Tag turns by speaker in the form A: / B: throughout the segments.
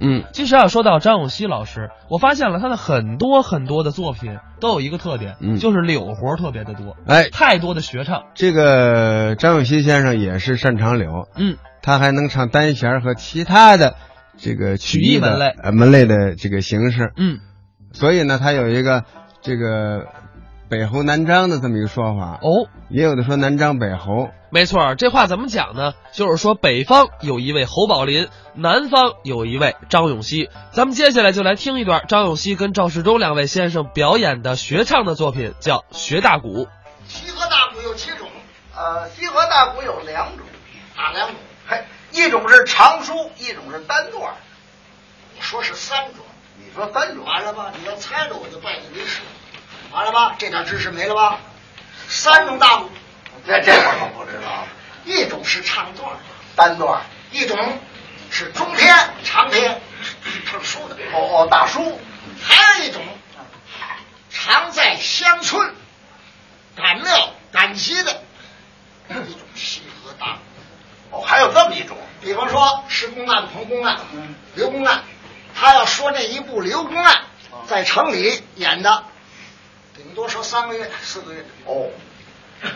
A: 嗯，
B: 其实啊，说到张永熙老师，我发现了他的很多很多的作品都有一个特点，
A: 嗯
B: 就是柳活儿特别的多，
A: 哎，
B: 太多的学唱，
A: 这个张永熙先生也是擅长柳，
B: 嗯，
A: 他还能唱单弦儿和其他的这个曲
B: 曲艺
A: 艺的
B: 门类
A: 呃门类的这个形式，
B: 嗯，
A: 所以呢，他有一个这个北侯南张的这么一个说法，
B: 哦，
A: 也有的说南张北侯，
B: 没错儿，这话怎么讲呢？就是说北方有一位侯宝林，南方有一位张永熙。咱们接下来就来听一段张永熙跟赵世忠两位先生表演的学唱的作品，叫《学大鼓》。
C: 西河大鼓有七种，
D: 呃，西河大鼓有两种，
C: 哪两种？
D: 嘿，一种是长书，一种是单段儿。
C: 你说是三种，
D: 你说单种，
C: 完了吧？你要猜了，我就拜你为师。完了吧？这点知识没了吧？三种大鼓，
D: 这这我可不知道。
C: 一种是唱段儿，
D: 单段儿，
C: 一种是中篇、长篇，唱书的。
D: 哦哦，大书，
C: 还有一种常在乡村、赶庙、赶集的一种西河大鼓。
D: 哦，还有这么一种，
C: 比方说石公案、彭公案、
D: 嗯
C: 刘公案，他要说那一部刘公案
D: 哦
C: 在城里演的，顶多说三个月、四个月。
D: 哦，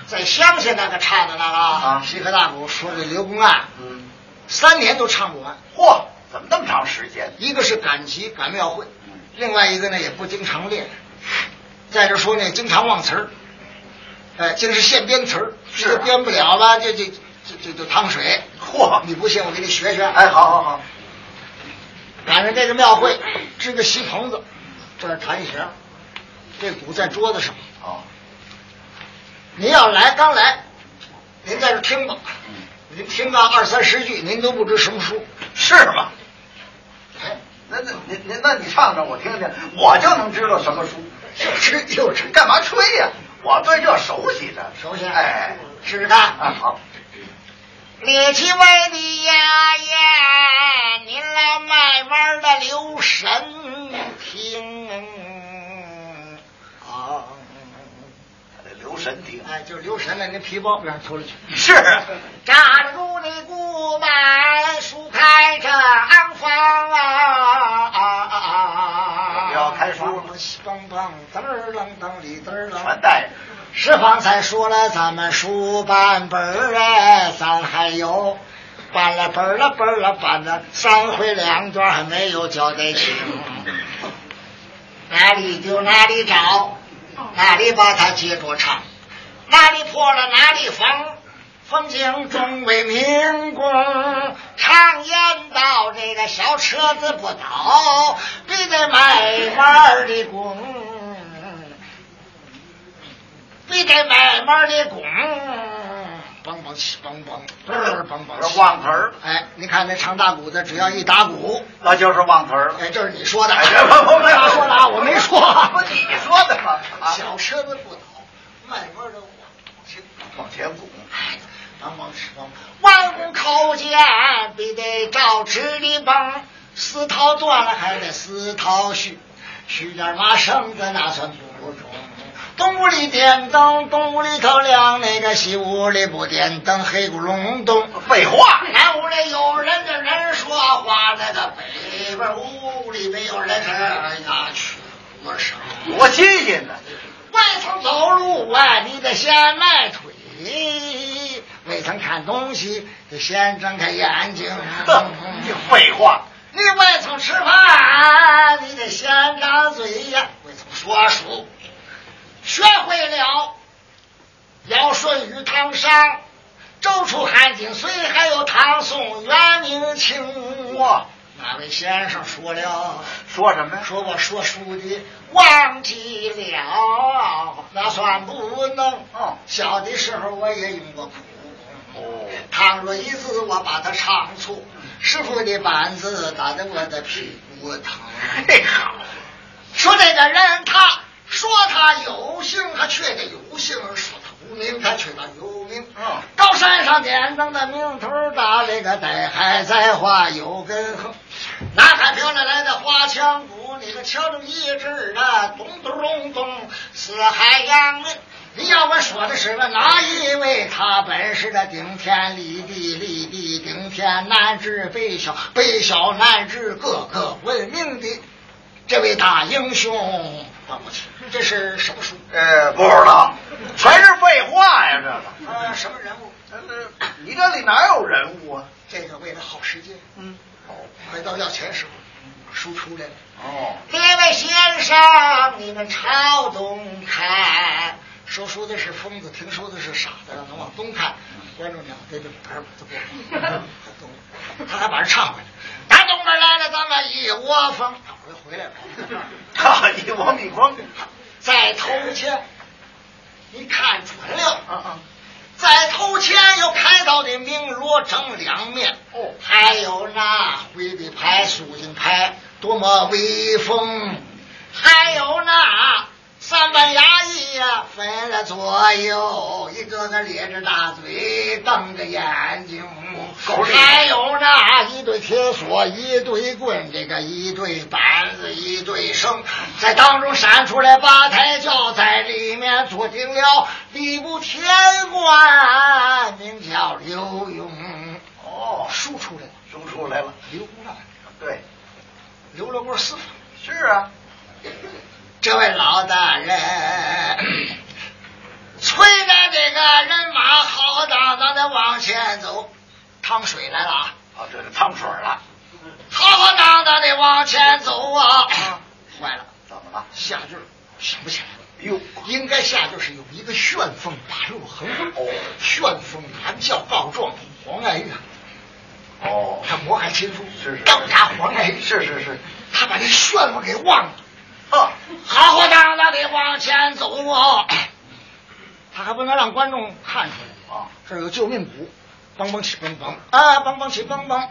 C: 在乡下那个唱的那个
D: 啊
C: 西河大鼓说这刘公案，
D: 嗯，
C: 三年都唱不完。
D: 嚯，怎么那么长时间？
C: 一个是赶集赶庙会
D: 嗯，
C: 另外一个呢也不经常练。再者说呢，经常忘词儿，哎，这个是现编词儿，
D: 是啊
C: 这个编不了了，就就就就就趟水。
D: 嚯
C: 你不信我给你学学。
D: 哎，好好好，
C: 赶上这个庙会，支个席棚子，这儿弹弦，这鼓在桌子上。
D: 哦，
C: 您要来刚来，您在这儿听吧，
D: 嗯，
C: 您听到二三十句，您都不知什么书。
D: 是吗？
C: 哎，
D: 那那您您那你唱唱我听听，我就能知道什么书。
C: 又吃又吃，
D: 干嘛吹呀？我对这熟悉的，
C: 首先，
D: 哎，
C: 试试看
D: 啊好，
C: 李奇威的呀呀，您来慢慢的留神听。啊，
D: 留神听，
C: 哎，就留神了，您皮包不让抽了去。
D: 是，
C: 站住你姑买树开张房啊啊啊啊！
D: 要开书了
C: 梆梆嘚儿楞噔里嘚儿
D: 传
C: 楞。
D: 代人。
C: 是方才说了，咱们书半本儿哎，咱还有。搬了本儿了本儿了搬了三回两段还没有交代清，哪里丢哪里找，哪里把它接着唱，哪里破了哪里缝，风景终为民工。常言道，这个小车子不倒，必得买慢儿的工，必得买慢儿的工。梆梆起，梆梆，嘣儿梆梆起。
D: 忘词儿，
C: 哎，你看那唱大鼓的，只要一打鼓，
D: 那就是忘词儿了。
C: 哎，这是你说的，
D: 哎别别别别
C: 他说的啊，我没说啊，
D: 不你说的吗？啊，
C: 小车子不倒，慢慢的我，
D: 往前拱，
C: 哎帮忙吃帮忙，万工口见必得照直的帮，丝绦断了还得丝绦续，续点麻绳子那算不中。东屋里点灯，东屋里头亮那个，西屋里不点灯，黑咕隆咚。
D: 废话，
C: 南屋里有人的人说话，那个北边屋里没有人人呀去多少？
D: 多新鲜呢！
C: 外头走路啊，你得先迈腿；未曾看东西，得先睁开眼睛。
D: 哼，这废话，
C: 你外头吃饭，你得先张嘴呀，未曾说书。学会了尧舜禹汤商，周楚汉景隋，还有唐宋元明清。
D: 哇，
C: 哪位先生说了？
D: 说什么呀？
C: 说我说书的忘记了，那算不能。
D: 哦
C: 小的时候我也用过苦。
D: 哦，
C: 倘若一次我把它唱错，师傅的板子打得我的屁股疼。
D: 嘿好，
C: 说这个人他说他有姓，他却得有姓；说他无名，他却得有名。
D: 嗯，
C: 高山上点灯的名头儿打了个带海栽花有根横，南海飘来来的花枪鼓，你个敲着一支啊，咚咚隆咚，四海扬名。你要我说的是个哪一位？他本是那顶天立地立地顶天难治北小，北小难治各个文明的这位大英雄。我不去，这是什么书？
D: 呃，不知道，全是废话呀，这个。
C: 呃，什么人物？
D: 但是你这里哪有人物啊？
C: 这个为了耗时间，
D: 嗯，哦
C: 快到要钱时候，书出来了。
D: 哦，
C: 列位先生，你们朝东看。说书的是疯子，听说的是傻子，让他往东看。观众讲，这就不是不对，东，他还把人唱回来。打东边来了，咱们一窝蜂，他回回来了。
D: 哈，你王米光，
C: 再投钱，你看准了。
D: 啊啊，
C: 再投钱又看到的明罗整两面
D: 哦
C: 还有那回避牌、肃静牌，多么威风！还有那三瓣衙役呀，分了左右，一个个咧着大嘴，瞪着眼睛。
D: 狗脸
C: 还有那一对铁锁，一对棍，这个一对板子，一对绳，在当中闪出来八抬轿，在里面坐定了吏部天官，名叫刘永。
D: 哦，
C: 书出来了，
D: 输出来了，
C: 刘公亮，
D: 对，
C: 刘罗锅司法。
D: 是啊，
C: 这位老大人，催着这个人马浩浩荡荡的往前走，趟水来了啊！
D: 啊，这是趟水了，
C: 浩浩荡荡的往前走啊！坏了，
D: 怎么了？
C: 下句儿想不起来了，
D: 哟，
C: 应该下句是有一个旋风把路横过，
D: 哦
C: 旋风拦轿告状黄爱玉啊，
D: 哦
C: 他谋害亲夫，
D: 是是
C: 当家黄爱玉，
D: 是是是，
C: 他把这旋风给忘了。
D: 啊，
C: 哦浩浩荡荡的往前走啊！他还不能让观众看出来
D: 啊！
C: 这儿有救命鼓，梆梆起梆梆啊，梆梆起梆梆，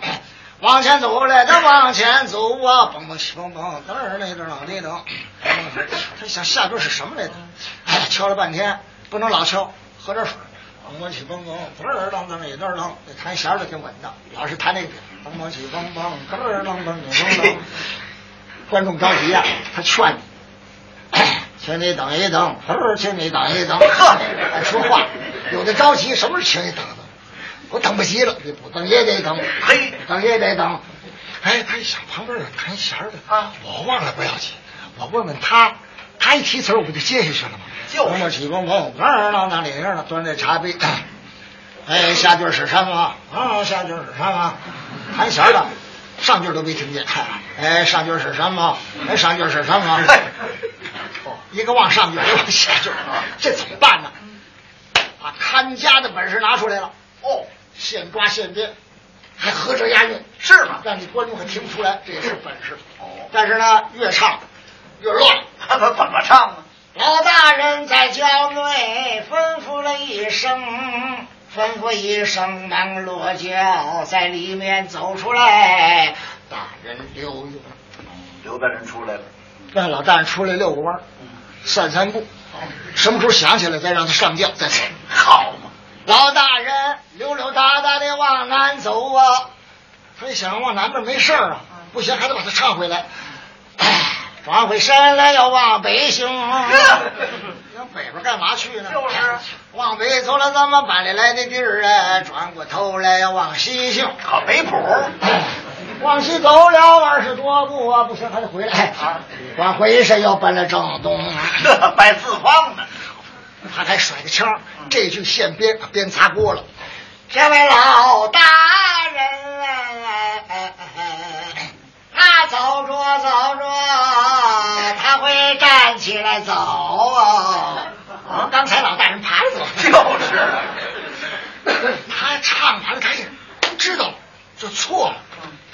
C: 往前走来，他往前走啊，梆梆起梆梆，噔儿那噔儿那噔，梆梆他想下边是什么来着？哎，敲了半天，不能老敲，喝点水。梆梆起梆梆，噔儿啷噔也噔儿啷，这弹弦儿的挺稳的，老是弹那个梆梆起梆梆，噔儿啷噔噔噔。观众着急呀、他劝你。请你等一等，不是请你等一等，呵，爱说话，有的着急，什么时候请你等等？我等不及了，你不等也得等，
D: 嘿
C: 等也得等。哎，他一想旁边有弹弦儿的
D: 啊
C: 我忘了不要紧，我问问他，他一提词儿我不就接下去了吗？
D: 就是
C: 我起风风，哪儿哪哪里那儿呢？端着茶杯，哎，下句儿是什么？啊，下句儿是什么？弹弦儿的，上句儿都没听见。哎，上句儿是什么？哎，上句儿是什么？
D: 哎
C: 一个往上，一个往下，就是这怎么办呢？把看家的本事拿出来了，
D: 哦，
C: 现抓现编，还合辙押韵，
D: 是吗？
C: 让你观众还听不出来，这也是本事。
D: 哦，
C: 但是呢，越唱越乱。
D: 那他怎么唱啊？
C: 老大人在轿内吩咐了一声，吩咐一声忙落轿，在里面走出来，大人刘勇。
D: 刘大人出来了，
C: 让老大人出来遛个弯儿，
D: 嗯
C: 散散步，什么时候想起来再让他上轿再走。
D: 好嘛，
C: 老大人溜溜达达的往南走啊，他一想往南边没事儿啊，
D: 嗯
C: 不行还得把他唱回来。哎转回身来要往北 行啊，往北边干嘛去呢？哎
D: 就是啊
C: 往北走了，咱们百里来的地儿啊，转过头来要往西行。
D: 可没谱，
C: 往西走了二十多步啊，不行还得回来
D: 啊
C: 往回是又奔了正东啊，
D: 这摆四方呢，
C: 他还甩着枪，这句现编编砸锅了。这位老大人啊，他走着走着，他会站起来走啊！刚才老大人爬着走，
D: 就是，
C: 他唱完了，他也知道了，就错了，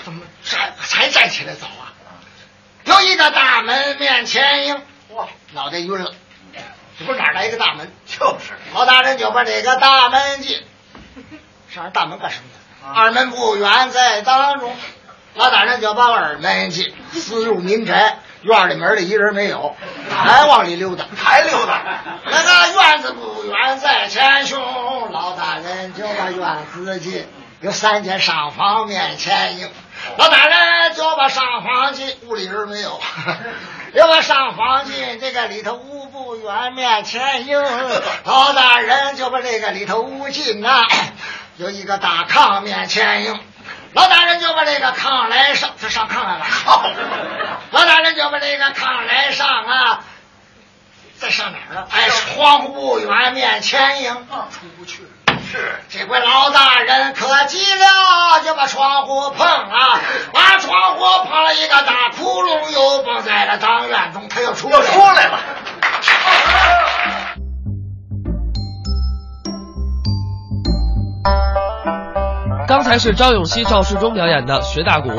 C: 怎么站才站起来走啊？由于到大门面前迎，
D: 哇，
C: 脑袋晕了，这不是哪儿来一个大门？
D: 就是，
C: 老大人就把这个大门进，上人大门干什么的？
D: 啊
C: 二门不远，在当中，老大人就把二门进，私入民宅，院里门里一人没有，还往里溜达。
D: 还溜达，
C: 那个院子不远，在前胸，老大人就把院子进，有三间上房面前迎。老大人就把上房进，屋里人没有，要把上房进，这个里头屋不远，面前迎。老啊 大人就把这个里头屋进呐、有一个大炕面前迎。老大人就把这个炕来上，这上炕来了。
D: 好
C: 老大人就把这个炕来上啊，再上哪儿啊？嗯哎，窗户园面前迎，出不去了。
D: 是
C: 这回老大人可急了，就把窗户碰 了，把窗户碰了一个大窟窿，又蹦在了当院中，他又出
D: 又出
C: 来了。
D: 来了。
B: 刚才是张永熙、赵世忠表演的《学大鼓》，